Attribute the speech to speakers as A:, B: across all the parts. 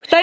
A: 二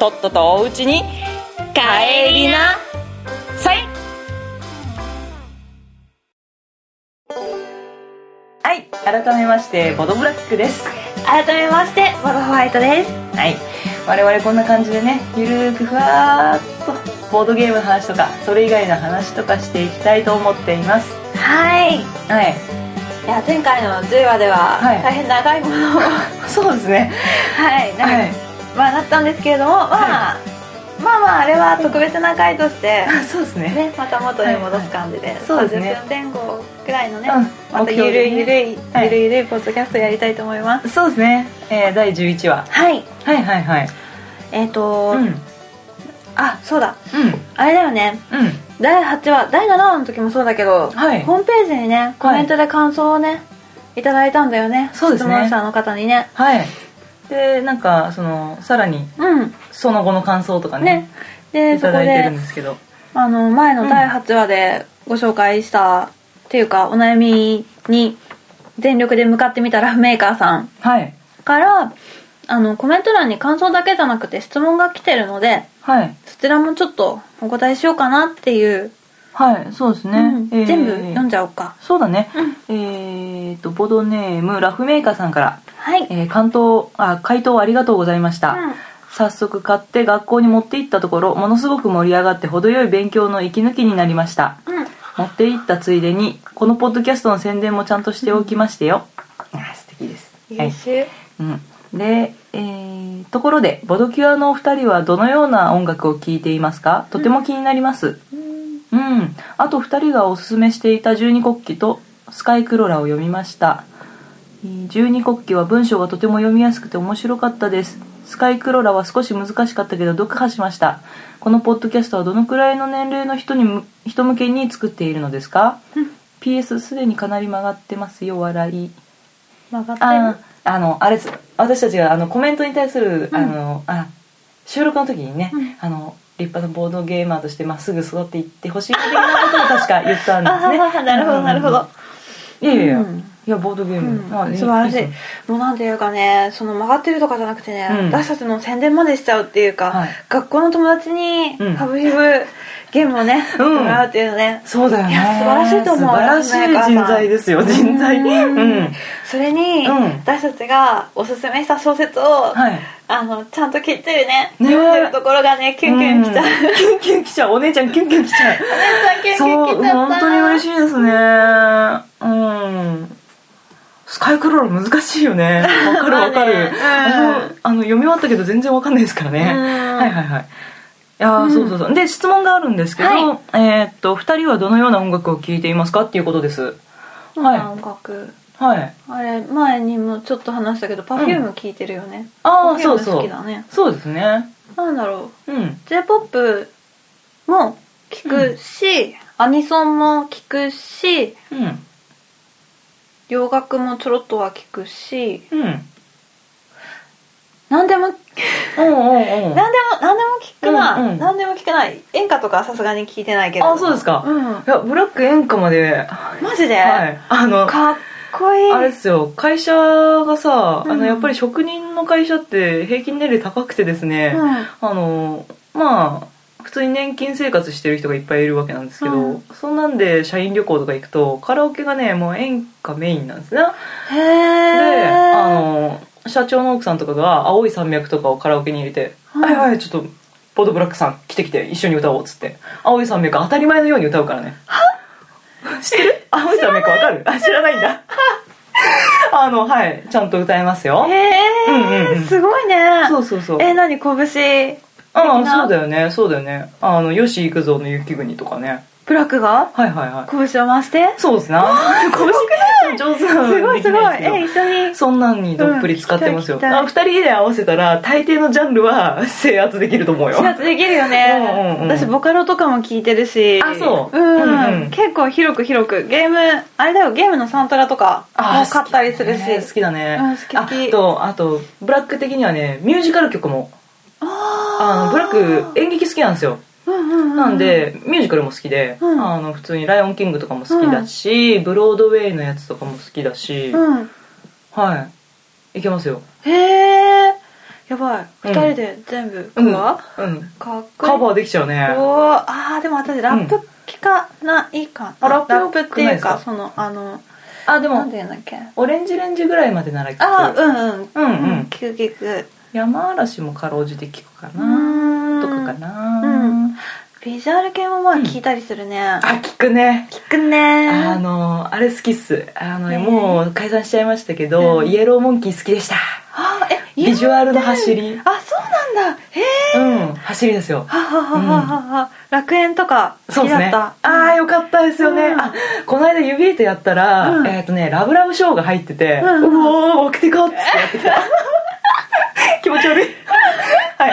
A: とっととおうちに帰りなさいはい改めましてボドブラックです
B: 改めましてボドホワイトです
A: はい我々こんな感じでねゆるーくふわーっとボードゲームの話とかそれ以外の話とかしていきたいと思っています
B: はいい
A: はい
B: や前回の10話では
A: はい
B: 大変長いもの をは
A: そうですね
B: い長い、まあなったんですけれども、まあまあまああれは特別な回として
A: あそうですね
B: ね、また元に戻す感じで、
A: そうですね
B: 30分前後くらいのね、
A: うん
B: またゆるいゆるい、
A: はい
B: ゆるいゆるいポッドキャストやりたいと思います
A: そうですね、えー、第11話
B: はい
A: はいはいはい
B: えっ、と、
A: うんうん
B: あそうだあれだよね
A: う
B: 第8話第7話の時もそうだけど、
A: はい
B: ホームページにねコメントで感想をね、い、ただいたんだよね
A: そうですね
B: 質問者の方にね
A: はいでなんかそのさらに
B: うん
A: その後の感想とかね
B: ねで
A: い
B: そ
A: た
B: こ
A: だいてるん
B: で
A: ですけど
B: あの前
A: う
B: の
A: ん
B: 第8話でご紹介した、っていうかお悩みに全力で向かってみたラフ メーカーさん
A: はい
B: からあのコメント欄に感想だけじゃなくて質問が来てるので
A: はい
B: そちらもちょっとお答えしようかなっていう、
A: はいそうですね、
B: うん
A: えー
B: 全部読んじゃおうか
A: そうだね、えー、とボドネームラフメーカーさんから、
B: はい、
A: えー、関東あ回答ありがとうございました、
B: うん
A: 早速買って学校に持って行ったところものすごく盛り上がって程よい勉強の息抜きになりました
B: うん
A: 持って行ったついでにこのポッドキャストの宣伝もちゃんとしておきましてよ、あー素敵です、はい
B: 優秀
A: うん、で、えーところでボドキュアのお二人はどのような音楽を聴いていますかとても気になりますうん、あと二人がおすすめしていた十二国旗とスカイクロラを読みましたえー十二国旗は文章がとても読みやすくて面白かったですスカイクロラは少し難しかったけど読破しましたこのポッドキャストはどのくらいの年齢の人にむ人向けに作っているのですか PS すでにかなり曲がってますよ笑い
B: 曲がっ
A: あ
B: て
A: あのあれです私たちがあのコメントに対する、
B: うん
A: あのあ収録の時にね、
B: うん
A: あの立派なボードゲーマーとしてまっすぐ育っていってほしい的なことを確か言ったんですね
B: あーなるほどなるほど
A: いやいやいや、
B: うん
A: いやボードゲー
B: る、う
A: ム、
B: ん
A: まあ
B: 素晴らし
A: いい
B: いもうなんていうかねその曲がってるとかじゃなくてね、
A: うん
B: 私たちの宣伝までしちゃうっていうか、
A: はい
B: 学校の友達に
A: うん
B: ハブヒブゲームをね、
A: うん
B: やってもらうっていうのね
A: そうだよね
B: いや素晴らしいと思う
A: 素晴らしい人材ですよ人材
B: うん
A: うん
B: それに、
A: うん
B: 私たちがおすすめした小説を、
A: はい
B: あのちゃんときっちりね
A: ね
B: 読んでるところがねキュンキュンきちゃう、
A: うんキュンキュンきちゃうお姉ちゃんキュンキュンきちゃう
B: キュンキュン
A: そう
B: きちゃっ
A: 本
B: た
A: 当に嬉しいですねうんスカイクローラ難しいよねわかるわかる、
B: まあねうん
A: あのあの読み終わったけど全然わかんないですからね、
B: うん
A: はいはいはいいやー
B: うん
A: そうそうそうで質問があるんですけど、
B: は
A: えーっと2人はどのような音楽を聴いていますかっていうことですはい
B: 音楽
A: はい
B: あれ前にもちょっと話したけど Perfume 聴いてるよね、
A: ああ
B: Perfume
A: そうそ
B: 好
A: う
B: きだね
A: そうですね
B: なんだろ
A: うん
B: う j p o p も聴くし、アニソンも聴くし
A: うん
B: 洋楽もちょろっとは聴くし
A: うん
B: 何でも
A: おうおうおう
B: 何でも何でも聴くな、
A: うんうん
B: 何でも聴くない演歌とかはさすがに聴いてないけど
A: あそうですか
B: うん
A: いやブラック演歌まで
B: マジで、
A: はい、あの
B: かっこいい
A: あれですよ会社がさ、あ
B: うん
A: のやっぱり職人の会社って平均年齢高くてですね、
B: うん
A: あのまあ普通に年金生活してる人がいっぱいいるわけなんですけど、
B: うん
A: そんなんで社員旅行とか行くとカラオケがねもう演歌メインなんですね
B: へ
A: であ
B: え
A: の社長の奥さんとかが「青い山脈」とかをカラオケに入れて「
B: うん
A: はいはいちょっとボードブラックさん来て来て一緒に歌おう」っつって「青い山脈」当たり前のように歌うからね知ってる 青い山脈わかるあ知らないんだあのはいちゃんと歌えますよ
B: へ
A: うんうんう
B: え
A: ん
B: すごいね
A: そうそうそう
B: え何拳
A: ああ
B: 的な
A: そうだよねそうだよねあの「よし行くぞ」の雪国とかね
B: ブラックが
A: はいはいはい
B: 拳を回して
A: そう ですね拳 上手なの
B: すごい
A: でき
B: すごい
A: ないです
B: え
A: よ
B: 一緒に
A: そんなんにどっぷり使ってますよ、
B: うん聞きたい
A: あ2人で合わせたら大抵のジャンルは制圧できると思うよ
B: 視察できるよね
A: うんうんうん
B: 私ボカロとかも聞いてるし
A: あそう
B: うん、
A: うんうん
B: 結構広く広くゲームあれだよゲームのサントラとか
A: あ
B: も買ったりするし、
A: 好きだね
B: うん好き好き
A: あとあとブラック的にはねミュージカル曲もあ
B: あ
A: のブラック演劇好きなんですよ
B: ク、うんうんうん、
A: なんでミュージカルも好きで、
B: うん
A: あの普通に「ライオンキング」とかも好きだし、ブロードウェイのやつとかも好きだし、
B: うん
A: はいいけますよ、
B: へえやばい
A: うん
B: 二人で全部
A: うん
B: か
A: うん、
B: かっこいい
A: カバーできちゃうね
B: おーあーでも私ラップ聞かないかな、
A: うんあラップ
B: ラップっ
A: よ
B: て
A: くない
B: い
A: で
B: う
A: すか
B: かそのあの
A: あで
B: なん
A: も
B: ていうんだっけあ
A: オレンジレンジぐらいまでなら聞く
B: あーうんう
A: うんう
B: ん
A: ん
B: 聞く聞く
A: 山嵐もかろうじて聞くか
B: う
A: な、
B: ーん
A: とかかな、
B: うんビジュアル系もまあ
A: うん
B: 聞いたりするね、
A: あ聞くね
B: 聞くね
A: あのあれ好きっすあの、
B: ね
A: もう解散しちゃいましたけど、
B: うん
A: イエローモンキー好きでした
B: あえ
A: ビジュアルの走り
B: あそうなんだへえ
A: うん走りですよ
B: はははははは楽園とか
A: そ
B: 好
A: う
B: き
A: ですね
B: だっ
A: あ
B: た
A: あよかったですよね、
B: うん
A: あこの間指エイトやったら、
B: うん
A: えっ、とね「ラブラブショー」が入ってて「
B: うんうん
A: おおワクテカ」っつってやってきた 気持ち悪いはい、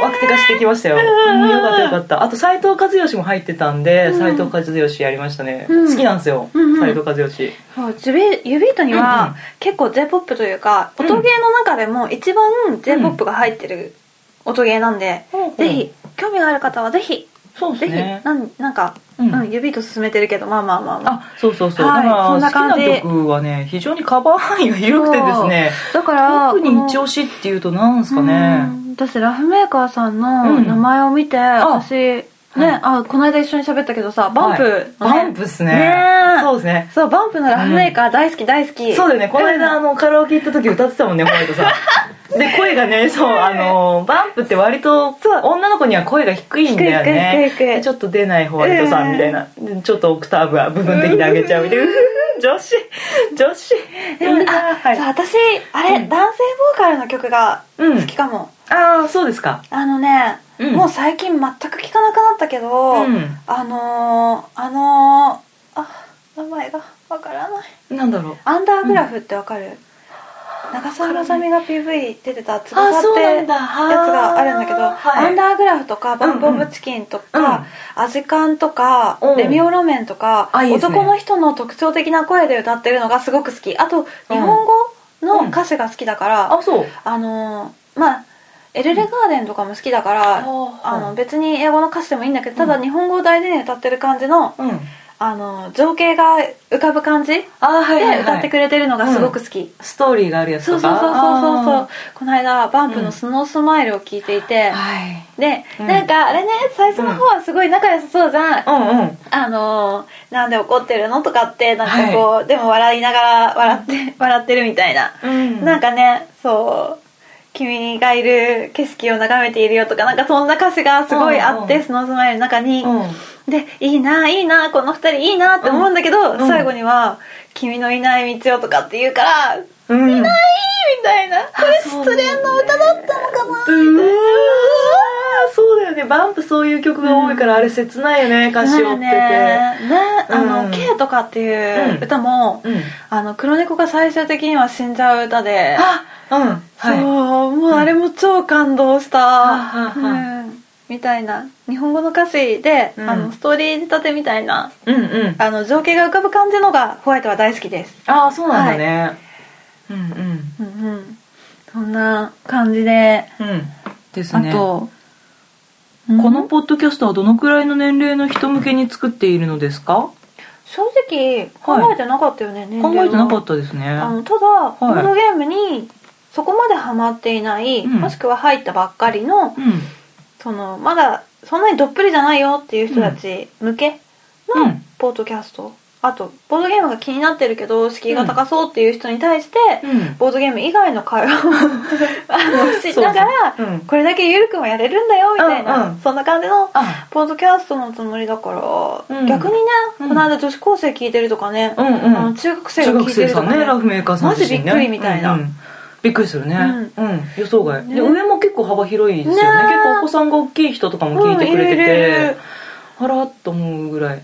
A: うん、ワクテカしてきましたよ、
B: んうんうん
A: うんよかったよかったあと斎藤和義も入ってたんで
B: うん
A: 斎、藤和義やりましたね、
B: うん
A: 好きなんですよ
B: う
A: 斎、
B: んうん
A: 藤和義
B: そうジュビユビートに
A: うんうん
B: は結構 j p o p というか、
A: うん
B: 音ゲーの中でも一番 j p o p が入ってる音ゲーなんで、ぜひ興味がある方はぜひ、
A: そうで
B: ぜ
A: す
B: ひ
A: ね
B: なんなんか、
A: う
B: うんんユビート進めてるけどまあまあまあまあ
A: あそうそうそう、
B: はいそん
A: だ
B: な
A: から好
B: 感
A: き
B: じ
A: な曲はね非常にカバー範囲が広くてですね
B: だから
A: 特に
B: この
A: 一押しっていうとなんですか
B: う
A: ね
B: ん私ラフメーカーさん
A: う
B: の
A: ん
B: 名前を見て、私ね、
A: はい
B: あこの間一緒に喋ったけどさバンプ、
A: はいバンプっすね
B: ねえ
A: そうですね
B: そうバンプのラフメーカー大好き大好き、
A: そうだよねこの間あ
B: うん
A: のカラオケ行った時歌ってたもんねホワイト さんで声がねそうあのバンプって割と女の子には声が低いんだよね
B: 低い低い低い低い
A: でちょっと出ないホワイトさんみたいな、でちょっとオクターブは部分的に上げちゃうみたいな女子女子
B: でも
A: いいな
B: あ、
A: はい
B: そう私あれ、
A: うん
B: 男性ボーカルの曲が
A: うん
B: 好きかも、
A: ああそうですか
B: あのね、
A: うん
B: もう最近全く聞かなくなったけ
A: う
B: ど、
A: ん
B: あのー、あのー、あ名前がわからない
A: なんだろう
B: アンダーグラフってわかる、長澤まさみが PV 出てた翼
A: あそ
B: っ
A: うな
B: てや
A: ん
B: つ
A: だはー
B: があるんだけど
A: はい
B: アンダーグラフとかバンボ
A: うんう
B: ム
A: ん
B: チキンと
A: うん
B: か、アジカンとか、
A: うん
B: レミオロメンとか
A: あいいですね
B: 男の人の特徴的な声で歌ってるのがすごく好きあと日本語の歌詞が好きだから、
A: あそう
B: あのーまあエルレガーデンとかも好きだから、あの別に英語の歌詞でもいいんだけどた
A: う
B: だ
A: ん
B: 日本語を大事に歌ってる感じの,、
A: うん
B: あの情景が浮かぶ感じ
A: あーはいはい、はい、
B: で歌ってくれてるのがすごく好き、
A: ストーリーがあるやつ
B: そ
A: と
B: う
A: か
B: そうそうそうそう
A: あ
B: この間バンプの「スノースマイル」を聞いてい
A: ー
B: て、
A: はい
B: で、
A: うん
B: なんかあれね最初の方はすごい仲良さそうじゃん、
A: うんうん
B: あのーなんで怒ってるの?」とかってなんかこう、でも笑いながら笑って笑ってるみたいな、
A: うん
B: なんかねそう「君がいる景色を眺めているよ」とかなんかそんな歌詞がすごいあって
A: う
B: 「
A: んうん
B: スノースマイル」の中に、
A: うん
B: でいいないいなこの二人いいなって思うんだけど、
A: うんうん
B: 最後には「君のいない道を」とかって言うから「いいみ
A: うん
B: たいなこれ失恋の歌だったのかな
A: うわーそうだよねバンプそういう曲が多いからあれ切ないよね歌詞を追ってて、
B: ねねあの、
A: うん
B: K とかっていう歌も、
A: うん
B: あの黒猫が最終的には死んじゃう歌で、
A: あうんはい
B: そうもうあれも超感動し
A: は
B: た、
A: あはあ
B: うんみたいな日本語の歌詞で、
A: うん
B: あのストーリー仕立てみたいな
A: うんうん
B: あの情景が浮かぶ感じのがホワイトは大好きです
A: ああそうなんだね、うんうん
B: うんうんそんな感じで、
A: うんです
B: あ
A: ね
B: と、
A: こ
B: こ
A: の
B: の
A: ポッドキャストはどのくらいの年齢の人向けに作っているのですか
B: 正直考えてなかったよね、年齢
A: 考
B: は
A: えてなかったですね
B: あのただ、ボードゲームにそこまでハマっていない、
A: うん
B: もしくは入ったばっかりの
A: うん
B: そのまだそんなにどっぷりじゃないよっていう人たち向け
A: う
B: の
A: ん
B: ポートキャスト、あとボードゲームが気になってるけど敷居が高そうっていう人に対して、
A: うん
B: ボードゲーム以外の会話を あのしながら、
A: そうそううん
B: これだけゆるくもやれるんだよみたいな、
A: うんうん
B: そんな感じの
A: あ
B: ポートキャストのつもりだから、
A: うん
B: 逆にね
A: うん
B: この間女子高生聞いてるとかね、
A: うんう
B: あ
A: ん
B: の中学生
A: 中
B: が
A: 学
B: 聞いて
A: 生
B: る
A: さ
B: と
A: ん
B: かね
A: ねラフメーカーさん自身ね
B: マジびっくりみたいな
A: びっくりするねう、
B: うん
A: 予想外で
B: ね
A: 上も結構幅広いですよね
B: ね
A: 結構お子さんが大きい人とかも聞いてくれてて、
B: うんいるいる
A: あらと思うぐらい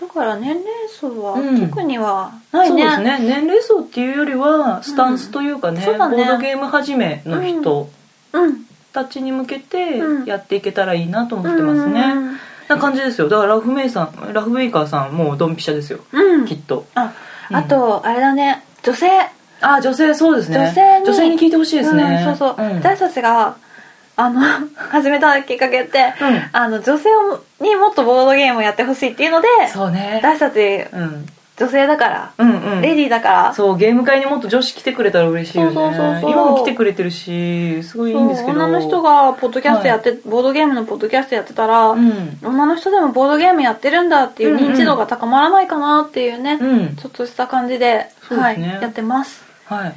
B: だから年齢層は
A: うん
B: 特にはない
A: そう
B: ね,、
A: ですね年齢層っていうよりはスタンスというかね,、
B: そうだね
A: ボードゲーム始めの人
B: うん
A: たちに向けて
B: うん
A: やっていけたらいいなと思ってますね、な感じですよだからラフメイさんラフメーカーさんもうドンピシャですよ、
B: うん、うん
A: きっと
B: あ
A: うん
B: あとあれだね女性
A: あ女性そうですね
B: 女性に
A: に聞いてほしいですね、
B: うんそうそう、
A: ん
B: 私たちがあの 始めたきっかけって
A: うん
B: あの女性をにもっとボードゲームをやってほしいっていうので
A: そうね
B: 私たち
A: うん
B: 女性だから、
A: うんうん
B: レディーだから
A: そうゲーム会にもっと女子来てくれたら嬉しいよね
B: そうそうそうそう
A: 今も来てくれてるしすごいいいんですけど
B: 女の人がポッドキャストやって、ボードゲームのポッドキャストやってたら、
A: うん
B: 女の人でもボードゲームやってるんだっていう認知度が高まらないかなっていうね、
A: うん
B: ちょっとした感じで
A: そうですね
B: はい、やってます、
A: はい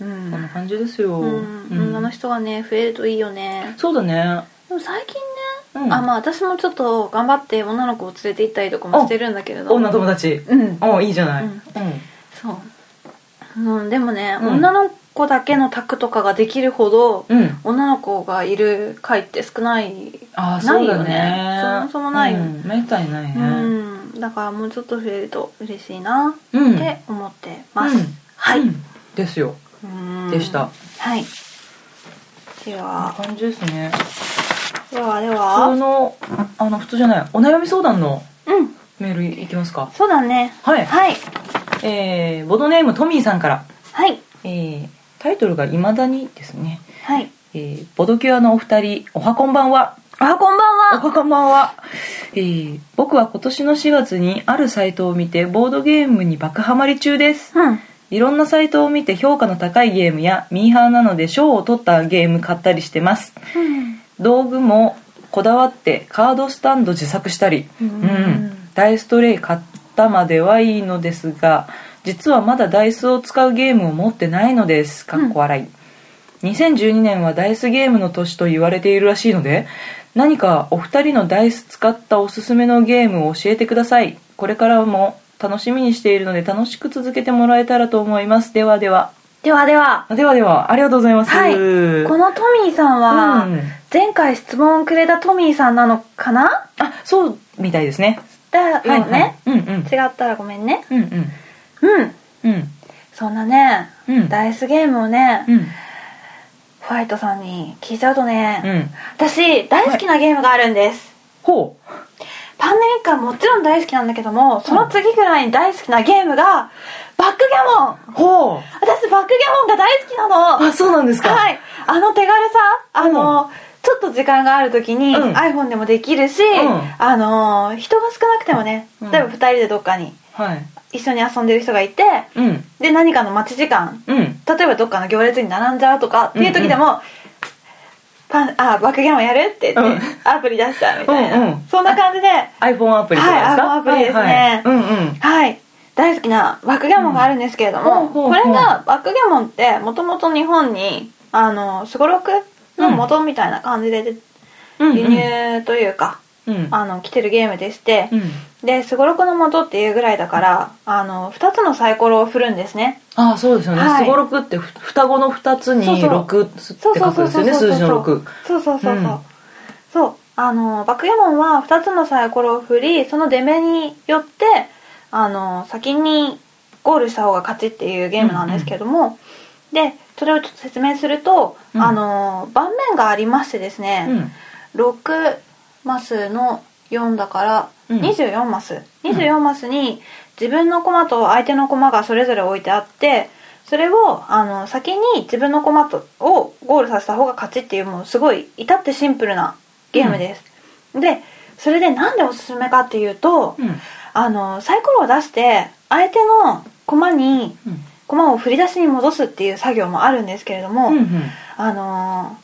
B: うん
A: こんな感じですよ、
B: うん
A: うん
B: 女の人がね増えるといいよね
A: そうだね
B: でも最近
A: う
B: ね、
A: ん
B: あまあ私もちょっと頑張って女の子を連れて行ったりとかもしてるんだけれど
A: 女友達
B: うん
A: おいいじゃない、
B: う
A: うんん
B: そう、うん、でもね、
A: うん
B: 女の子だけのタクとかができるほど、
A: うん
B: 女の子がいる会って少ない
A: ああ
B: な
A: そ
B: いうよ
A: だ
B: ね
A: ね
B: そもそもないよ
A: う
B: ね
A: ん、めったにないね、
B: うん、だからもうちょっと増えると嬉しいな
A: うん
B: って思ってます、
A: うん
B: はい、
A: うんですよ
B: うん
A: でした
B: はいで
A: こんな
B: は
A: 感じですね
B: ではで
A: 普通
B: は
A: のあの普通じゃないお悩み相談の
B: うん
A: メールいきますか
B: そうだね
A: はい、
B: はい
A: えー、ボードネームトミーさんから、
B: はい
A: えー、タイトルがいまだにですね、
B: はい
A: えー、ボドキュアのお二人おはこんばんは
B: あこんばんは
A: おはこんばんは、えー、僕は今年の4月にあるサイトを見てボードゲームに爆ハマり中です
B: うん
A: いろんなサイトを見て評価の高いゲームやミーハーなので賞を取ったゲーム買ったりしてます道具もこだわってカードスタンド自作したり、
B: うん
A: ダイストレイ買ったまではいいのですが実はまだダイスを使うゲームを持ってないのですかっこ笑い、2012年はダイスゲームの年と言われているらしいので何かお二人のダイス使ったおすすめのゲームを教えてくださいこれからも楽しみにしているので楽しく続けてもらえたらと思いますではでは
B: ではでは
A: あではではありがとうございます
B: はいこ
A: こ
B: のトミーさんは、前回質問をくれたトミーさんなのかな
A: あそうみたいですね
B: だ
A: はい
B: よね、
A: はい、うんうん
B: 違ったらごめんね
A: うんうん
B: うん
A: うん
B: そんなね、
A: うん
B: ダイスゲームをね、
A: うん
B: ホワイトさんに聞いちゃうとね、
A: うん
B: 私大好きなゲームがあるんです、
A: ほう
B: パンデミックはもちろん大好きなんだけどもその次ぐらいに大好きなゲームがバックギャモン
A: ほう
B: 私バックギャモンが大好きなの
A: あそうなんですか
B: はいあの手軽さあの、ちょっと時間がある時に、
A: うん
B: iPhone でもできるし、
A: ん
B: あの人が少なくてもね
A: うん
B: 例えば2人でどっかに
A: はい
B: 一緒に遊んでる人がいて
A: うん
B: で何かの待ち時間
A: うん
B: 例えばどっかの行列に並んじゃうとかっていう時でも「パンあ爆言をやる?」って言って、アプリ出したみたいな、
A: うんうん
B: そんな感じで
A: iPhone アプリとかですか
B: はい iPhone アプリですね
A: はいはいうんうん
B: はい大好きな爆言ンがあるんですけれども、
A: うんほうほうほう
B: これが爆言ンってもともと日本にあのすごろくの元みたいな感じで、
A: うん
B: 輸入というか、
A: うん
B: あの来てるゲームでして
A: う、ん
B: ですごろくの元っていうぐらいだからあの2つのサイコロを振るんですね
A: あそうですよね
B: はい
A: すごろくってふ双子の二つに
B: そうそう
A: 六って書
B: そうそう
A: くん
B: そう
A: です
B: そう
A: よね数
B: そう
A: 字の六
B: そうそうそ
A: う
B: うそう、
A: ん
B: そうあのバックヤモンは2つのサイコロを振りその出目によってあの先にゴールした方が勝ちっていうゲームなんですけども、でそれをちょっと説明すると、
A: うん
B: あの盤面がありましてです
A: う
B: ね、
A: ん
B: 6マスの4だから
A: うん
B: 24マス、24マスに自分の駒と相手の駒がそれぞれ置いてあってそれをあの先に自分の駒とをゴールさせた方が勝ちっていうもうすごい至ってシンプルなゲームです、でそれでなんでおすすめかっていうと、
A: うん
B: あのサイコロを出して相手の駒に
A: うん
B: 駒を振り出しに戻すっていう作業もあるんですけれども、
A: うんうん
B: あのー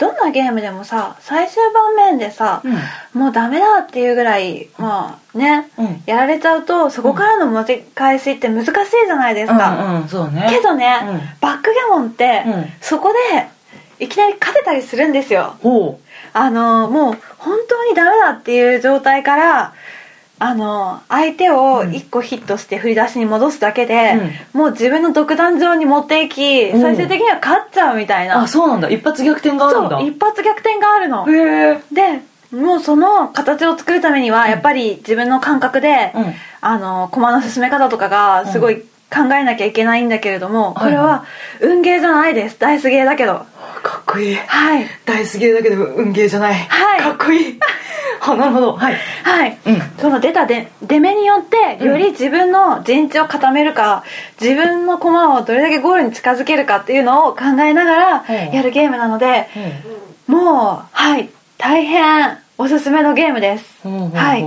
B: どんなゲームでもさ最終盤面でさ、
A: うん
B: もうダメだっていうぐらいまあね
A: うん
B: やられちゃうとそこからの持ち返しって難しいじゃないですか、
A: うんうんそうね
B: けどね、
A: うん
B: バックギャモンって、
A: うん
B: そこでいきなり勝てたりするんですよ
A: ほ
B: あのーもう本当にダメだっていう状態からあのー相手を
A: うん
B: 1個ヒットして振り出しに戻すだけで、
A: う
B: もう自分の独壇場に持っていき
A: うん
B: 最終的には勝っちゃうみたいな、
A: うあそうなんだ一発逆転があるんだ
B: そう一発逆転があるの
A: へえ
B: でもうその形を作るためにはやっぱり自分の感覚で、
A: うん
B: あの駒の進め方とかがすごい考えなきゃいけないんだけれど
A: は
B: も、
A: い
B: これは運ゲーじゃないですダイスゲーだけど
A: かっこいい
B: はい
A: 大好きだけど運ゲーじゃない、
B: はい
A: かっこ いいあなるほどはい
B: はい、
A: うん
B: その出たで出目によってより自分の陣地を固めるか、自分の駒をどれだけゴールに近づけるかっていうのを考えながら
A: うん
B: やるゲームなので、もうはい大変おすすめのゲームです、はい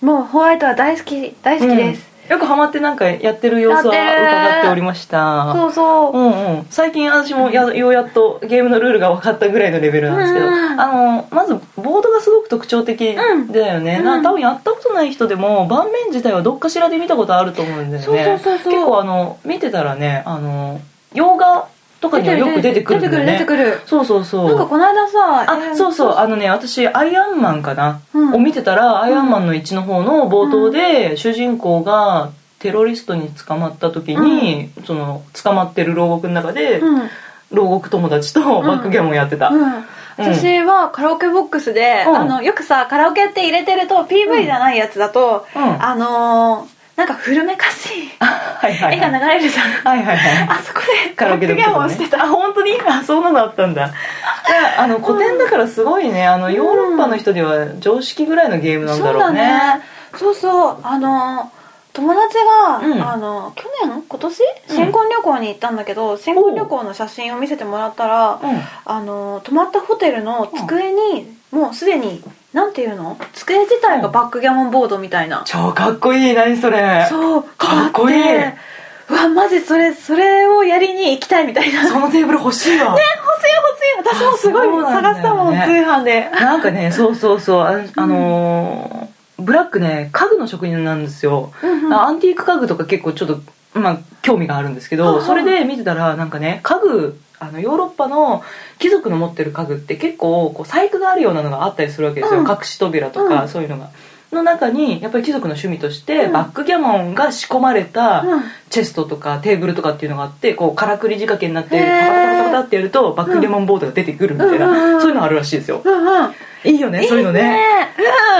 B: もうホワイトは大好き大好きです、
A: うんよくハマってなんかやってる様子は
B: やってる
A: 伺っておりました
B: そうそう、
A: うんうん、最近私もやようやっとゲームのルールが分かったぐらいのレベルなんですけど、
B: うんうん
A: あのまずボードがすごく特徴的だよね、
B: うん
A: な多分やったことない人でも盤面自体はどっかしらで見たことあると思うんだよね
B: そうそうそうそう
A: 結構あの見てたらねあの洋画とかにはよく出てくるんだよね
B: 出てくる出てくる
A: そうそうそう
B: なんかこの間さ
A: あそうそうあのね私アイアンマンかな、
B: うん
A: を見てたらアイアンマンの1の方の冒頭で、主人公がテロリストに捕まった時に、その捕まってる牢獄の中で、
B: うん、うん
A: 牢獄友達とバックゲームをやってた、
B: 私はカラオケボックスで、
A: うん
B: あのよくさカラオケって入れてると PV じゃないやつだと、
A: うん
B: あのーなんか古めかしい
A: はいはい
B: 絵が
A: はい
B: 流れるじゃん、
A: はいはいはい
B: あそこで
A: カラオケで
B: ゲームをしてた
A: あ本当に あそんなのあったんだだからあの古典だからすごいねあのヨーロッパの人では常識ぐらいのゲームなんだ
B: そう
A: ろ
B: だ
A: うね
B: ねそうそうあのー友達が、
A: うん
B: あの去年今年
A: うん
B: 新婚旅行に行ったんだけど、新婚旅行の写真を見せてもらったら、あの泊まったホテルの机に、もうすでになんていうの机自体がバックギャモンボードみたいな
A: うん、超かっこいい何それ
B: そう
A: かっこいい
B: あってうわマジそれそれをやりに行きたいみたいな欲しい
A: そのテーブル欲しいわ、
B: 欲しい私もすご
A: あそう
B: い
A: なんだよ
B: 探
A: ね
B: したもん通販で
A: なんか ねそうそうそうああのーブラックね家具の職人なんですよ、アンティーク家具とか結構ちょっとまあ興味があるんですけ
B: はい
A: ど
B: はい
A: それで見てたらなんかね家具あのヨーロッパの貴族の持ってる家具って結構こう細工があるようなのがあったりするわけですよ、
B: うん
A: 隠し扉とか
B: うん
A: そういうのが。の中にやっぱり貴族の趣味として
B: うん
A: バックギャモンが仕込まれた
B: うん
A: チェストとかテーブルとかっていうのがあってこうからくり仕掛けになって
B: へ
A: パ
B: ー
A: タパタパタパタってやるとバックギャモンボードが出てくるみたい
B: うんうんうんう
A: なんそういうのあるらしいですよ。
B: うんうん
A: いいよねそういうのね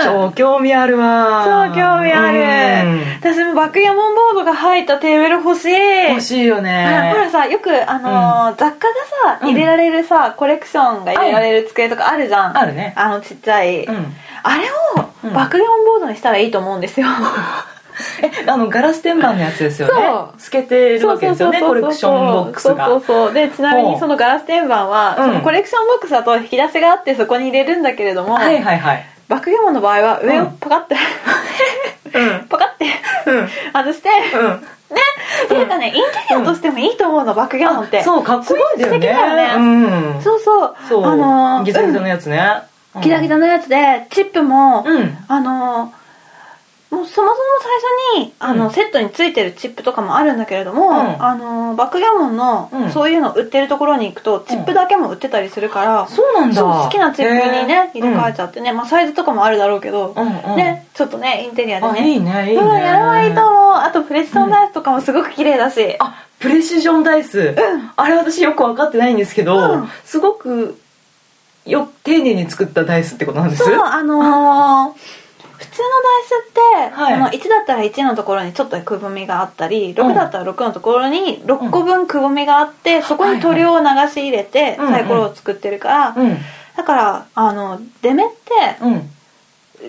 B: うん
A: 超興味あるわ
B: 超興味ある
A: うん
B: 私もバックギャモンボードが入ったテーブル欲しい
A: 欲しいよ
B: はいほら
A: ね
B: さよくあのー雑貨がさ
A: うん
B: 入れられるさコレクションが入れられる机とかあるじゃん
A: あるね
B: あのちっちゃい
A: うん
B: あれ
A: うん
B: をバックギャモンボードにしたらいいと思うんですよ
A: えあのガラス天板のやつですよ
B: そ
A: ね
B: う
A: 透けてるわけですよねコレクションボックス
B: そうそう
A: が
B: そうでちなみ
A: ほう
B: にそのガラス天板は、
A: うん
B: そのコレクションボックスだと引き出しがあってそこに入れるんだけれども、
A: はいはいはい
B: バックギャモンの場合は上を
A: うん
B: パカッて、
A: うん
B: パカッて
A: うん
B: 外して、
A: うん
B: ねっていうかねインテリアとしてもいいと思うの、バックギャモンって
A: あそうかっこいいだよ
B: すごい素敵だ
A: ね
B: よ
A: うん
B: そうそう
A: そう
B: あのー
A: ギザギザのやつね
B: うんギザギザ
A: の
B: のやつでチップも、
A: うん
B: あのーもうそもそも最初にあの、
A: うん
B: セットについてるチップとかもあるんだけれども、
A: ん
B: あのーバックギャモンの、
A: うん
B: そういうの売ってるところに行くとチップだけも売ってたりするから、
A: そうなんだ
B: そう好きなチップにね入れ替えち
A: ゃ
B: ゃってね、まあ、サイズとかもあるだろうけど、
A: うんうん
B: ねちょっとねインテリアで
A: あ
B: ね
A: いいねいいね
B: うんやればいいと思うあとプレッションダイスとかもすごく綺麗だし、
A: あプレシジョンダイス、あれ私よく分かってないんですけど、
B: うん
A: すごくよ丁寧に作ったダイスってことなんです
B: そうあのー普通のダイスって、
A: はい
B: あの1だったら1のところにちょっとくぼみがあったり
A: うん
B: 6だったら6のところに6個分くぼみがあって、そこに塗料を流し入れて
A: はいはい
B: サイコロを作ってるから、
A: うん
B: だからあの出目って
A: うん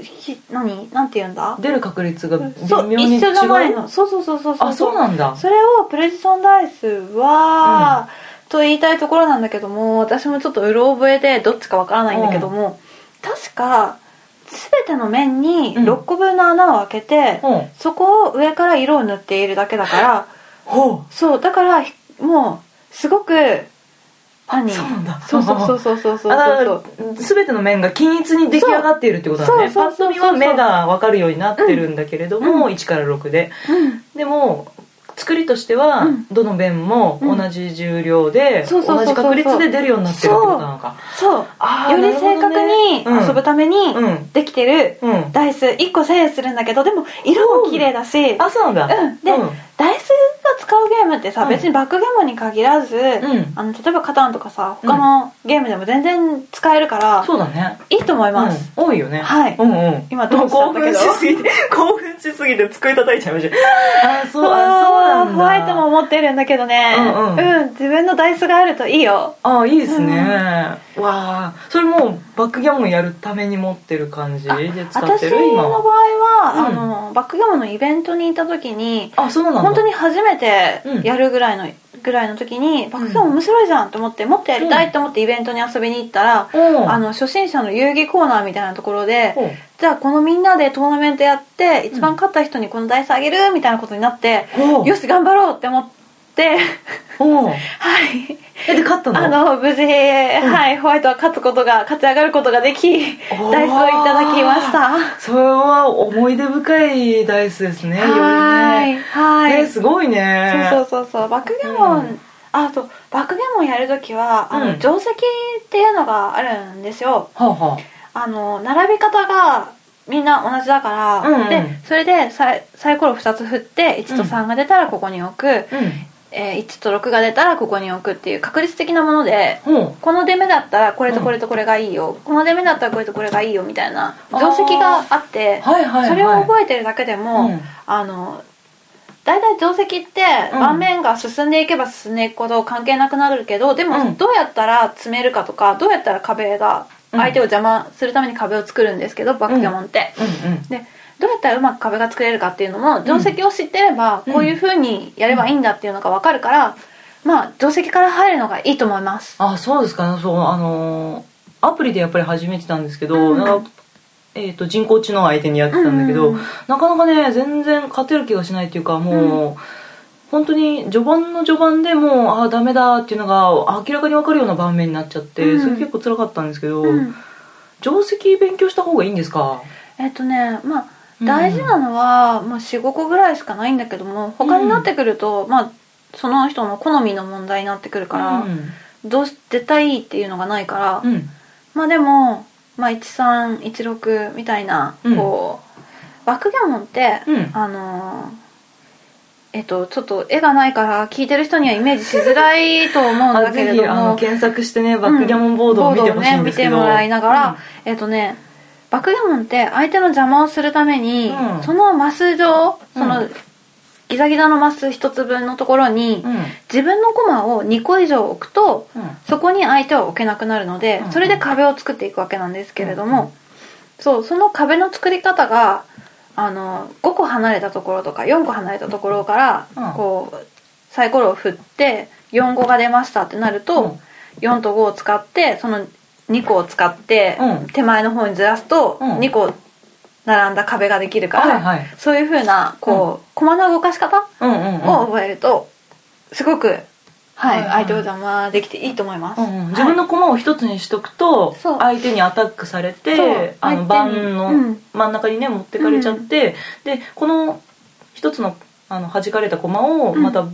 B: ひ何なんて言うんだ
A: 出る確率が微
B: そう
A: 妙に違う
B: 一緒じゃないのそうそうそうそうそう
A: あそうなんだ
B: それをプレジソンダイスは、と言いたいところなんだけども私もちょっとうろ覚えでどっちかわからないんだけども、確か全ての面に
A: うん
B: 6個分の穴を開けて、
A: うん
B: そこを上から色を塗っているだけだから
A: ほ
B: そうだからひもうすごくファニー
A: そうなんだ
B: そうそうそうそうそうそう
A: うあ
B: そう
A: 全ての面が均一に出来上がっているってことだね
B: そ
A: パ
B: う
A: ッと
B: そうそうそう
A: 見は目が分かるようになってるんだけれども、
B: うん
A: 1から6で
B: うん
A: でも作りとしては
B: うん
A: どの面も同じ重量で、
B: そうそうそう
A: 同
B: そ
A: じ
B: う
A: 確率で出るようになってるってことなのか
B: そう
A: あー
B: より正確
A: なるほ
B: に
A: どねうん
B: 遊ぶために
A: うん
B: できてる
A: うん
B: ダイス1個1000円するんだけどでも色も綺麗だし、
A: あそうなんだ
B: うんで、ダイス使うゲームってさ、
A: うん
B: 別にバックゲームに限らず、
A: ん
B: あの例えばカタンとかさ他のゲームでも全然使えるから、
A: そうだね
B: いいと思います、
A: うん、多いよね
B: はい
A: うんうん
B: 今
A: も
B: ど
A: う
B: うしちゃ
A: 興
B: ったけ
A: 奮
B: ど
A: しすぎて 興奮しすぎて机叩いちゃいましたあーそう
B: わ
A: あ
B: あ
A: ーそう
B: ホワイ
A: なん
B: ト
A: だ
B: も思ってるんだけどね
A: うんうん
B: 自分のダイスがあるといいよ
A: あーいいですね、わあそれもうバックギャモンやるために持ってる感じで使っ
B: 私
A: てる今
B: の場合
A: は
B: は、
A: うん
B: あのバックギャモンのイベントにいた時に
A: あそうなんだ
B: 本当に初めて
A: うん
B: やるぐらいの、ぐらいの時にバックギャモン面白いじゃんと思ってもっとやりたいと思ってイベントに遊びに行ったら、
A: うん
B: あの初心者の遊戯コーナーみたいなところで、
A: ほう
B: じゃあこのみんなでトーナメントやって一
A: う
B: 番
A: ん
B: 勝った人にこのダイスあげるみたいなことになって、
A: ほう
B: よし頑張ろうって思って。
A: ほう
B: はい、
A: えで勝ったの
B: あの無事、はい、ホワイトは勝つことが勝ち上がることができ
A: ー
B: ダイスをいただきました
A: それは思い出深いダイスですねよりね
B: はいはい、
A: えすごいね
B: そうそうそうそうバックギャモン、
A: うん
B: あとバックギャモンやるときはあの、
A: うん
B: 定石っていうのがあるんですよ
A: はあ、は
B: あの並び方がみんな同じだから、
A: うんうん
B: でそれでサイサイコロ2つ振って1と3が出たらここに置く、
A: あ、う
B: えー1と6が出たらここに置くっていう確率的なもので
A: んほう
B: この出目だったらこれとこれとこれがいいよ、この出目だったらこれとこれがいいよみたいな定石があって
A: はいはいはい
B: それを覚えてるだけでも、
A: うん
B: あの大体定石って
A: うん
B: 盤面が進んでいけば進んでいくほど関係なくなるけどで
A: う
B: も
A: ん
B: どうやったら詰めるかとかどうやったら壁が
A: うん
B: 相手を邪魔するために壁を作るんですけどバックギャモンって。
A: うんうん
B: でどうやったらうまく壁が作れるかっていうのも定石を知ってれば
A: うん
B: こういう風にやればいいんだっていうのが分かるから、まあ定石から入るのがいいと思います。
A: あそうですかねそうあのーアプリでやっぱり始めてたんですけど、
B: うん
A: なんかえー、と人工知能相手にやってたんだけど、
B: うん
A: なかなかね全然勝てる気がしないっていうかもう、本当に序盤の序盤でもうああダメだっていうのが明らかに分かるような場面になっちゃって、
B: うん
A: それ結構辛かったんですけど、
B: うん
A: 定石勉強した方がいいんですか
B: えっとねまあ
A: うん
B: 大事なのは、まあ、45個ぐらいしかないんだけども他になってくると、まあその人の好みの問題になってくるから、
A: うん
B: どうし絶対いいっていうのがないから、
A: うん
B: まあでも、まあ、1316みたいな、
A: うん
B: こうバックギャモンって、
A: うん
B: あのーえっと、ちょっと絵がないから聞いてる人にはイメージしづらいと思うんだけれ
A: ぜひ
B: ど
A: あ
B: も
A: の検索してねバックギャモンボードを見てほしいんですけど、
B: ボードをね見てもらいながら、えっとねバックギャモンって相手の邪魔をするために、
A: うん
B: そのマス上その、
A: うん
B: ギザギザのマス一つ分のところに、
A: うん、うん
B: 自分のコマを2個以上置くと
A: うん
B: そこに相手は置けなくなるので、
A: うん
B: それで壁を作っていくわけなんですけれど
A: う
B: も、
A: ん
B: そうその壁の作り方があの5個離れたところとか4個離れたところから、
A: うん
B: こうサイコロを振って45が出ましたってなると、
A: うん
B: 4と5を使ってその2個を使って、
A: うん
B: 手前の方にずらすと、
A: うん
B: 2個並んだ壁ができるから、
A: はいはい
B: そういうふうなこう、駒の動かし方
A: うんうんうん
B: を覚えるとすごく、は
A: はい
B: い、
A: はい
B: 相手を邪魔できていいと思います。
A: うんうん自分
B: の
A: の駒を一つにしとくと
B: そう
A: 相手にアタックされ
B: そう
A: てあの
B: 相手に
A: 盤の
B: うん
A: 真ん中にね持ってかれちゃって、でこの一つのあの弾かれた駒を
B: うん
A: また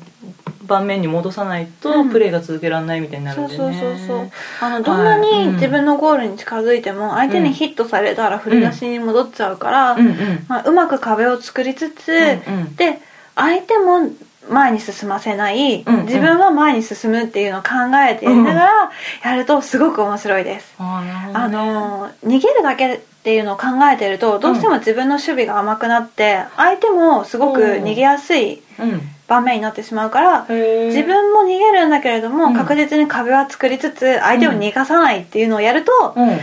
A: 盤面に戻さないと
B: うん
A: プレーが続けられないみたいになる
B: そ
A: ん
B: う
A: で
B: そうそうそう
A: ね
B: あのどんな
A: はい
B: に
A: うん
B: 自分のゴールに近づいても相手にヒットされたら振り出しに戻っちゃうから、
A: うんうん
B: まあ、うまく壁を作りつつ、
A: うんうん
B: で相手も前に進ませない、
A: うんうん
B: 自分は前に進むっていうのを考えてやりながらやるとすごく面白いです、
A: あーなるほどね
B: あの逃げるだけっていうのを考えてるとどうしても自分の守備が甘くなって相手もすごく逃げやすい
A: うん
B: 場面になってしまうから
A: へー
B: 自分も逃げるんだけれど
A: う
B: も
A: ん
B: 確実に壁は作りつつ相手を逃がさないっていうのをやると
A: うん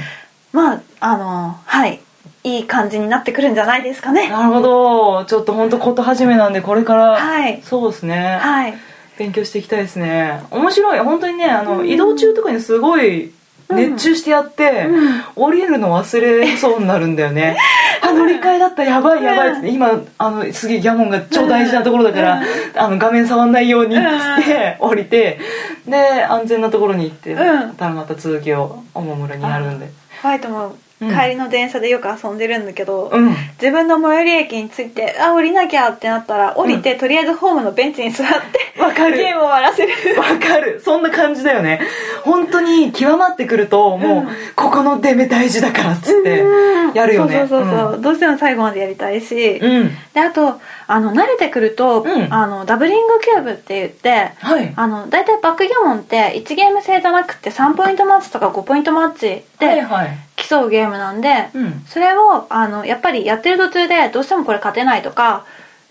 B: まああのはいいい感じになってくるんじゃないですかね
A: なるほどちょっと本当こと始めなんでこれから、
B: はい
A: そうですね、
B: はい
A: 勉強していきたいですね面白い本当にねあの、
B: うん
A: 移動中とかにすごい熱中してやって、
B: うん
A: 降りるの忘れそうになるんだよ ねあ乗り換えだったやばいやばいっつって今あのすげえギャモンが超大事なところだから、あの画面触んないようにっつって、降りてで安全なところに行って、
B: うん
A: またまた続きをおもむろにやるんで
B: ホワイトも
A: うん
B: 帰りの電車でよく遊んでるんだけど、
A: うん
B: 自分の最寄り駅に着いてあ降りなきゃってなったら降りて、とりあえずホームのベンチに座って
A: わかる
B: ゲームを終わらせる
A: わかるそんな感じだよね本当に極まってくるともう、
B: うん
A: ここの出目大事だからっつって やるよね
B: そうそうそうそう、どうしても最後までやりたいし、
A: うん、うん
B: であとあの慣れてくると、
A: うん
B: あのダブリングキューブって言って
A: はい
B: あの大体バックギャモンって1ゲーム制じゃなくて3ポイントマッチとか5ポイントマッチ
A: はい
B: で
A: はい
B: 競うゲームなんで、
A: うん
B: それをあのやっぱりやってる途中でどうしてもこれ勝てないとか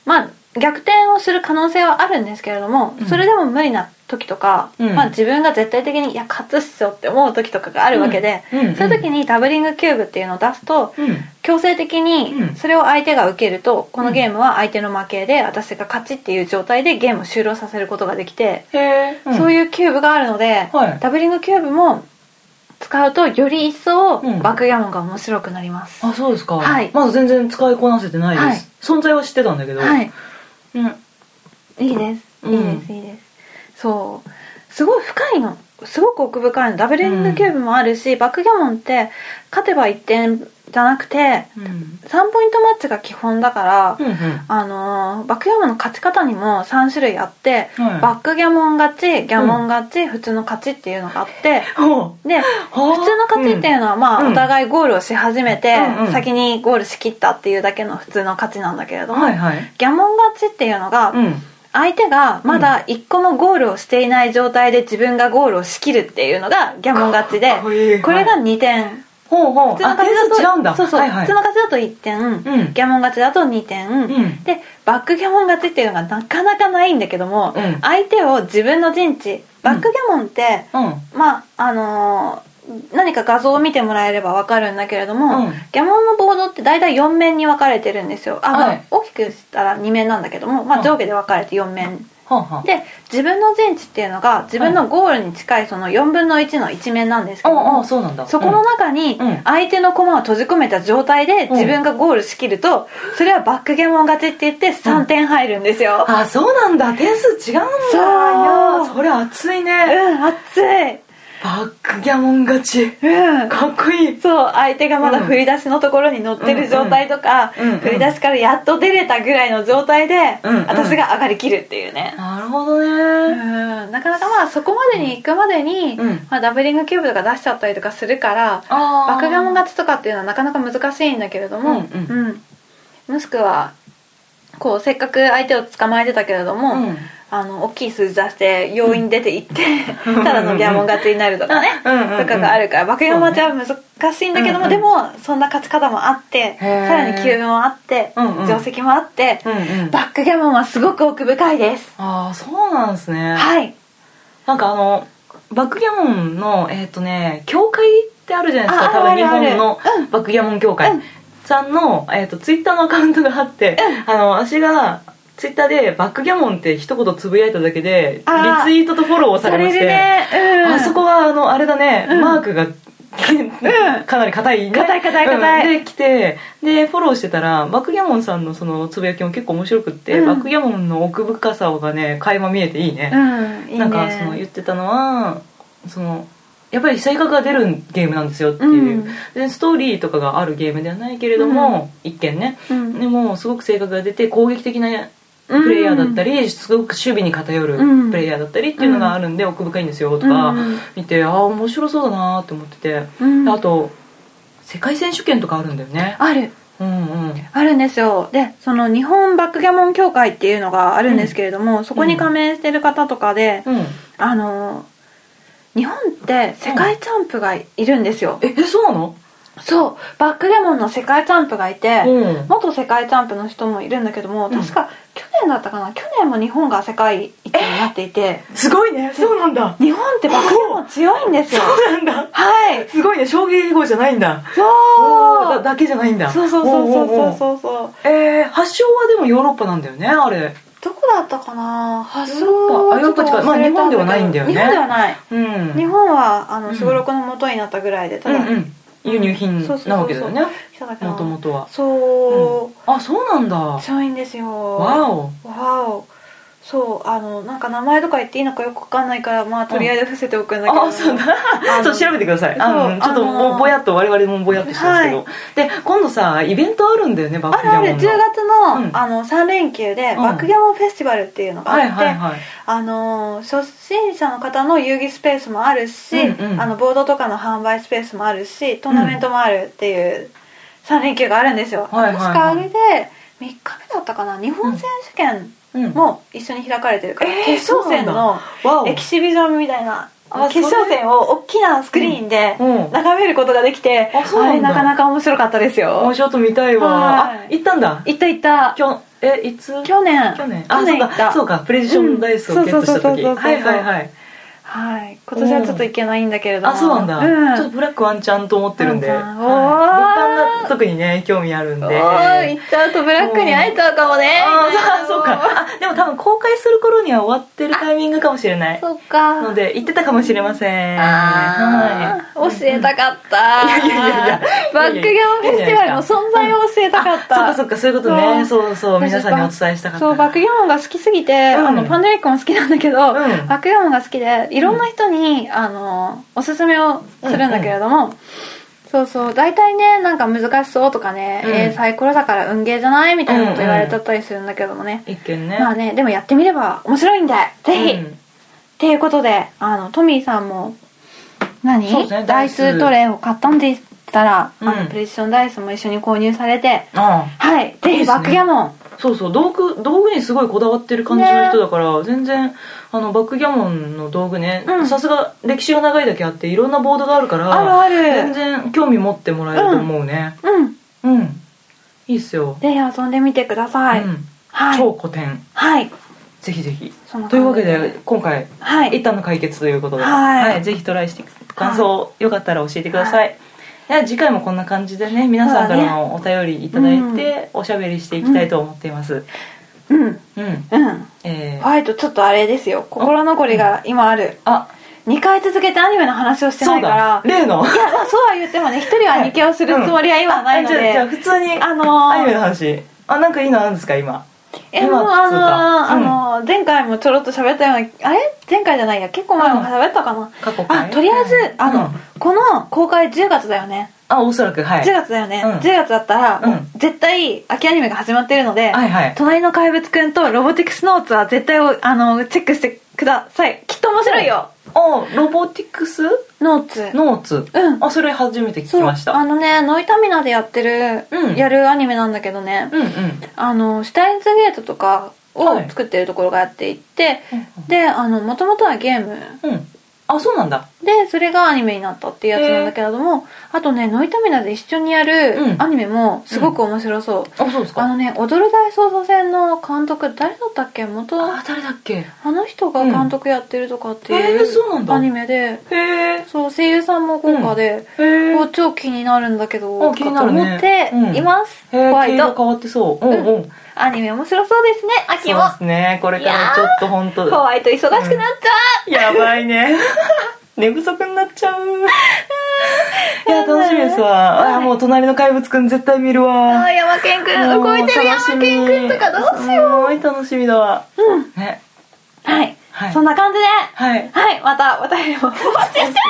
B: まあ逆転をする可能性はあるんですけれども、
A: うん
B: それでも無理な時とか、
A: うん
B: まあ、自分が絶対的にいや勝つっしょって思う時とかがあるわけで、
A: うんうん
B: そういう時にダブリングキューブっていうのを出すと
A: うん
B: 強制的
A: うん
B: にそれを相手が受けるとこのゲームは相手の負けで私が勝ちっていう状態でゲームを終了させることができて、
A: へえ、
B: そう
A: い
B: いうキューブがあるので、
A: はい
B: ダブリングキューブも使うとより一層
A: うん
B: バックギャモンが面白くなります、
A: あそうですか、
B: はい
A: まだ全然使いこなせてないです、存在は知ってたんだけど、
B: はい
A: うん、
B: いいです
A: うん
B: いいです、いいですそうすごい深いのすごく奥深いのダブリングキューブもあるし、バックギャモンって勝てば1点じゃなくて
A: うんうん
B: 3ポイントマッチが基本だから、
A: うん
B: あのーバックギャモンの勝ち方にも3種類あって、
A: はい
B: バックギャモン勝ちギャモン勝ち、普通の勝ちっていうのがあって
A: ほう
B: で
A: はあ
B: 普通の勝ちっていうのは、まあ
A: うん
B: お互いゴールをし始めて、
A: うんうん
B: 先にゴールしきったっていうだけの普通の勝ちなんだけれども、
A: はいはい
B: ギャモン勝ちっていうのが、
A: うん
B: 相手がまだ一個もゴールをしていない状態で自分がゴールを仕切るっていうのがギャモン勝ちで
A: かっこいい
B: これが
A: はい
B: 2点
A: ほうほう
B: 普通の
A: あ点
B: 勝ちだと
A: 数違うんだ
B: そうそう
A: はいはい
B: 普通の勝ちだと1点、
A: うん
B: ギャモン勝ちだと2点、
A: ん
B: でバックギャモン勝ちっていうのがなかなかないんだけども、
A: うん
B: 相手を自分の陣地バックギャモンって、
A: うん
B: まああのー何か画像を見てもらえれば分かるんだけれども、
A: うん
B: ギャモンのボードって大体4面に分かれてるんですよあ、まあ
A: はい
B: 大きくしたら2面なんだけども、ま
A: う
B: あ、
A: ん
B: 上下で分かれて4面
A: はあは
B: で自分の陣地っていうのが自分のゴールに近いその4分の1の一面なんですけ
A: あ
B: ど
A: あ
B: も、
A: あそうなんだ
B: そこの中に
A: うん
B: 相手の駒を閉じ込めた状態で自分がゴールしきるとそれはバックゲモン勝ちって言って3点入るんですよ、
A: あそうなんだ点数違うんだ
B: そう
A: いやーそれ熱いね
B: うん熱い
A: バックギャモン勝ち
B: うん
A: かっこいい
B: そう相手がまだ振り出しのところに乗ってる状態とか、
A: うんうんうんうん
B: 振り出しからやっと出れたぐらいの状態で、
A: うんうん
B: 私が上がりきるっていうね、
A: なるほど
B: うん
A: ね
B: なかなかまあそこまでに行くまでに、
A: うん
B: まあ、ダブリングキューブとか出しちゃったりとかするから
A: あ
B: 爆
A: ガ
B: ガモ勝ちとかっていうのはなかなか難しいんだけれども、
A: うんう
B: もしくはこうせっかく相手を捕まえてたけれども、
A: うん
B: あの大きい数字出して容易に出ていって、ただのギャモン勝ちになるとかね、
A: うんうんうん
B: とかがあるから爆ガモ勝ちは難しいんだけども、
A: そうね
B: でもそんな勝ち方もあってさ
A: へー
B: らにキューブもあって、
A: うんうん
B: 定石もあって、
A: うんうん
B: バックギャモンはすごく奥深いです、
A: ああそうなんですね
B: はい
A: なんかあのバックギャモンのえっ、とね協会ってあるじゃないですか
B: あ
A: 多
B: あ
A: 分日
B: るある
A: 本の
B: うん
A: バックギャモン協会
B: うん
A: さんの、えっとツイッターのアカウントがあって、あの私がツイッターでバックギャモンって一言つぶやいただけで
B: あー
A: リツイートとフォローをさ
B: そ
A: れま
B: れ
A: して
B: でね、うん、
A: あそこはあのあれだね、
B: うん
A: マークがかなり硬いね
B: 硬い硬い硬い
A: うんで来てでフォローしてたらバックギャモンさんのそのつぶやきも結構面白くって、
B: うん
A: バックギャモンの奥深さがね垣間見えていいね,、
B: うんいいね
A: なんかその言ってたのはそのやっぱり性格が出るゲームなんですよっていう、
B: うん
A: でストーリーとかがあるゲームではないけれども、一見ね
B: うん
A: でもすごく性格が出て攻撃的なプレイヤーだったり、すごく守備に偏る
B: うん
A: プレイヤーだったりっていうのがあるんで、奥深いんですよとか
B: うん
A: 見て、ああ面白そうだなと思ってて、
B: うん
A: であと世界選手権とかあるんだよね
B: ある
A: うんうん
B: あるんですよでその日本バックギャモン協会っていうのがあるんですけれども、そこに加盟してる方とかで、
A: うん
B: あの日本って世界チャンプがいるんですよ、
A: ええそうなの
B: そうバックギャモンの世界チャンプがいて、
A: うん
B: 元世界チャンプの人もいるんだけども
A: ん
B: 確か去年だったかな去年も日本が世界一になっていて
A: すごいねそうなんだ
B: 日本ってバックギャモン強いんですよ
A: そうなんだ
B: はい
A: すごいね衝撃号じゃないんだおーだ
B: そう
A: だけじゃないんだ
B: そうそうそう
A: おーおー
B: そう
A: おー
B: そうそう
A: えー、発祥はでもヨーロッパなんだよねあれ
B: どこだったかな
A: ヨ
B: 発
A: ーロッ
B: 想
A: パあヨーロッパ近いまあ日本ではないんだよね
B: 日本ではない
A: うん
B: 日本はあの
A: うん
B: すごろくの元になったぐらいでただ、
A: うんうん、輸入品
B: そうそうそうそう
A: なわけだよね
B: 人だけ
A: もとも
B: ど
A: とは
B: そう、
A: あそうなんだ
B: 強いんですよ
A: わお
B: わおそうあのなんか名前とか言っていいのかよくわかんないからまあとりあえず伏せておくんだけど、
A: あそうだち
B: あ
A: ょ
B: の
A: っと調べてください
B: そう
A: あのちょっと
B: あの
A: ぼぼやっと我々もぼやっとしてますけど、
B: は
A: で今度さイベントあるんだよねバッ
B: あ
A: クギ
B: るあ
A: ャ
B: る
A: モ
B: 10
A: ン
B: 月
A: の
B: の,、
A: うん
B: あの3連休で、
A: うん
B: バックギャモンフェスティバルっていうのがあっ
A: は
B: て、
A: いはいはい
B: あのー初心者の方の遊戯スペースもあるし、
A: うんうん
B: あのボードとかの販売スペースもあるしトーナメントもあるっていう3連休があるんですよ、
A: はいはいはい
B: 確かあれで3日目だったかな日本選手権
A: うん
B: も一緒に開かれてるから、
A: えー
B: 決勝戦の
A: わお
B: エキシビジョンみたいな
A: あ
B: 決勝戦を大きなスクリーンで
A: うん
B: 眺めることができて、
A: あそうなんだ
B: あれなかなか面白かったです
A: も
B: よ
A: うちょっと見たいわ
B: は
A: あ
B: い
A: 行ったんだ
B: 行った行った
A: 今日えいつ
B: 去年
A: 去年
B: 去
A: あそう
B: 年行っ
A: か
B: た
A: そうかプレジションダイスをゲットした
B: うんそうそう
A: 時
B: そうそうそう
A: はいはいはい
B: はい今年はちょっと行けないんだけれども
A: あそうなんだ、
B: うん、
A: ちょっとブラックワンチャンと思ってるんで、
B: ワ
A: はい、物販
B: ンチャン
A: が特にね興味あるんで
B: おー行った後ブラックに会えたかもね
A: あーそうそうかあでも多分公開する頃には終わってるタイミングかもしれない
B: そうか
A: ので行ってたかもしれません
B: あー
A: はい
B: 教えたかった
A: いやいやいや
B: バックギャモンフェスティバルの存在を教えたかった
A: あそっかそっかそういうことねそうそう皆さんにお伝えしたかった
B: そうバックギャモンが好きすぎて、
A: うん
B: あのパンデミックも好きなんだけど、バックギャモンが好きでいろんな人に、あのおすすめをするんだけれども、そうそう大体ねなんか難しそうとかね、
A: うん
B: えーサイコロだから運ゲーじゃないみたいなこと言われちゃったりするんだけどもね、
A: 一見ね、
B: まあねでもやってみれば面白いんでぜひ、
A: うん
B: っていうことであのトミーさんも何、
A: そうですね
B: ダイ
A: ダイ
B: ス
A: ス
B: トレイを買ったんでしたら、
A: うん
B: あのプレジションダイスも一緒に購入されて
A: あ
B: はい
A: い
B: ぜ
A: いで
B: ひ
A: すね
B: バックギャモン、
A: あそうそう道具道具にすごいこだわってる感じの人だから、全然あのバックギャモンの道具ね
B: うん
A: さすが歴史が長いだけあっていろんなボードがあるから
B: あるあ
A: 全
B: る
A: 然興味持ってもらえると思うね
B: うん
A: うん、いいっすよ、
B: ぜひ遊んでみてください、
A: うん、
B: はい
A: 超古典
B: はい
A: ぜひぜひ
B: そんな
A: というわ
B: 感じ
A: けで今回
B: は
A: 一
B: い
A: 旦の解決ということで、
B: はい
A: ぜひトライして感想をよかったら教えてください、では次回もこんな感じでね皆さんからのお便りいただ
B: そ
A: いう
B: だ
A: ておしゃべりしていきたいと思っています
B: うん
A: うん、
B: うん
A: えー、
B: ホワイトちょっとあれですよ心残りが今ある
A: あ
B: 2回続けてアニメの話をしてな
A: そう
B: いか
A: だ
B: ら
A: 例の
B: いやそうは言ってもね一人は2回をするつもりは今はないので、
A: じゃあじゃあ普通に
B: あのー
A: アニメの話あなんかいいのあるんですか今
B: え
A: 今
B: もうあ
A: そうかう
B: のー
A: ん
B: あのー前回もちょろっと喋ったようなあれ前回じゃないや結構前も喋ったかな、
A: 過去
B: あ
A: 回
B: とりあえず、
A: うん
B: あの、
A: うん
B: この公開10月だよね
A: あおそらくはい
B: 10月だよね、
A: うん
B: 10月だったら、
A: うん
B: 絶対秋アニメが始まってるので、
A: はいはい
B: 隣の怪物くんとロボティクスノーツは絶対おあのチェックしてくださいきっと面白いよ、
A: おロボティクス
B: ノーツ
A: ノーツ
B: うん
A: あそれ初めて聞き
B: そう
A: ました
B: あのねノイタミナでやってる、
A: うん
B: やるアニメなんだけどね、
A: うんうん
B: あのシュタインズゲートとかを
A: はい
B: 作ってるところがやっていて、
A: う
B: であの元々はゲーム
A: うんあそうなんだ
B: でそれがアニメになったっていうやつなんだけれども、あとね「ノイタミナ」で一緒にや
A: う
B: る
A: ん
B: アニメもすごく面白そう、
A: あそうですか
B: あのね「踊る大捜査線」の監督誰だったっけ元
A: あ誰だっけへ
B: あの人が監督やってるとかってい
A: うんえーそうなん
B: う
A: だ
B: アニメで、
A: え
B: そう声優さんも豪華で、
A: へえ
B: こう超気になるんだけど
A: あ気になる
B: と
A: ね
B: 思っています、
A: へえ
B: ホワ
A: 毛
B: イ
A: 色
B: ト
A: 変わってそううんうん
B: アニメ面白そうですね秋
A: そう
B: も
A: ですねこれからちょっと本当
B: ホワイト忙しくなっちゃ
A: やばいね 寝不足になっち ゃういや楽しみですわあもう隣の怪物くん絶対見る
B: う、
A: わ
B: あー山健く
A: も
B: ん
A: う
B: 動いてる
A: 楽し
B: 山
A: み
B: 健くんとかどうしよう
A: すごい楽しみだわ
B: うん
A: ね
B: はい、
A: はい
B: そんな感じでは
A: はい
B: い、またお便りもお待ちして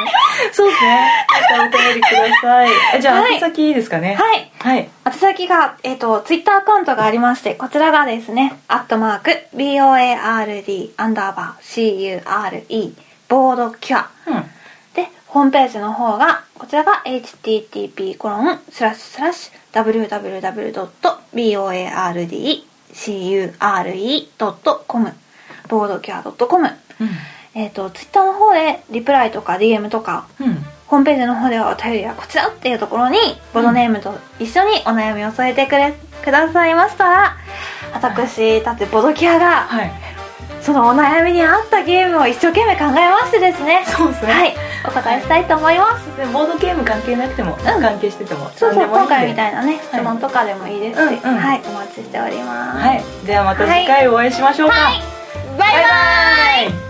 A: そうですねまたお便りくださいえじゃあ
B: はい
A: 宛先いいですかね
B: はい
A: はい
B: 宛先が、えっ、と、ツイッターアカウントがありまして、こちらがですね、アットマーク、board、アンダーバー、cure、ボードキュア。
A: うん
B: で、ホームページの方が、こちらが http コロンスラッシュスラッシュ www.boardcure.com ボードキュア .com えっ、と、ツイッターの方でリプライとか DM とか
A: うんうん
B: ホームページの方ではお便りはこちらっていうところにボードネームと一緒にお悩みを添えてくれくださいましたら私たちボドキアが
A: はい
B: そのお悩みに合ったゲームを一生懸命考えましてですね
A: そうですね
B: はいお答えしたいと思います
A: でボードゲーム関係なくても、関係してても
B: そうそう
A: 何でもいい
B: 今
A: んで
B: 回みたいなね質問とかでもいいですし、
A: うんうん
B: はいお待ちしております、
A: はいではまた次回お会いしましょうか、
B: はいバイバイ
A: イ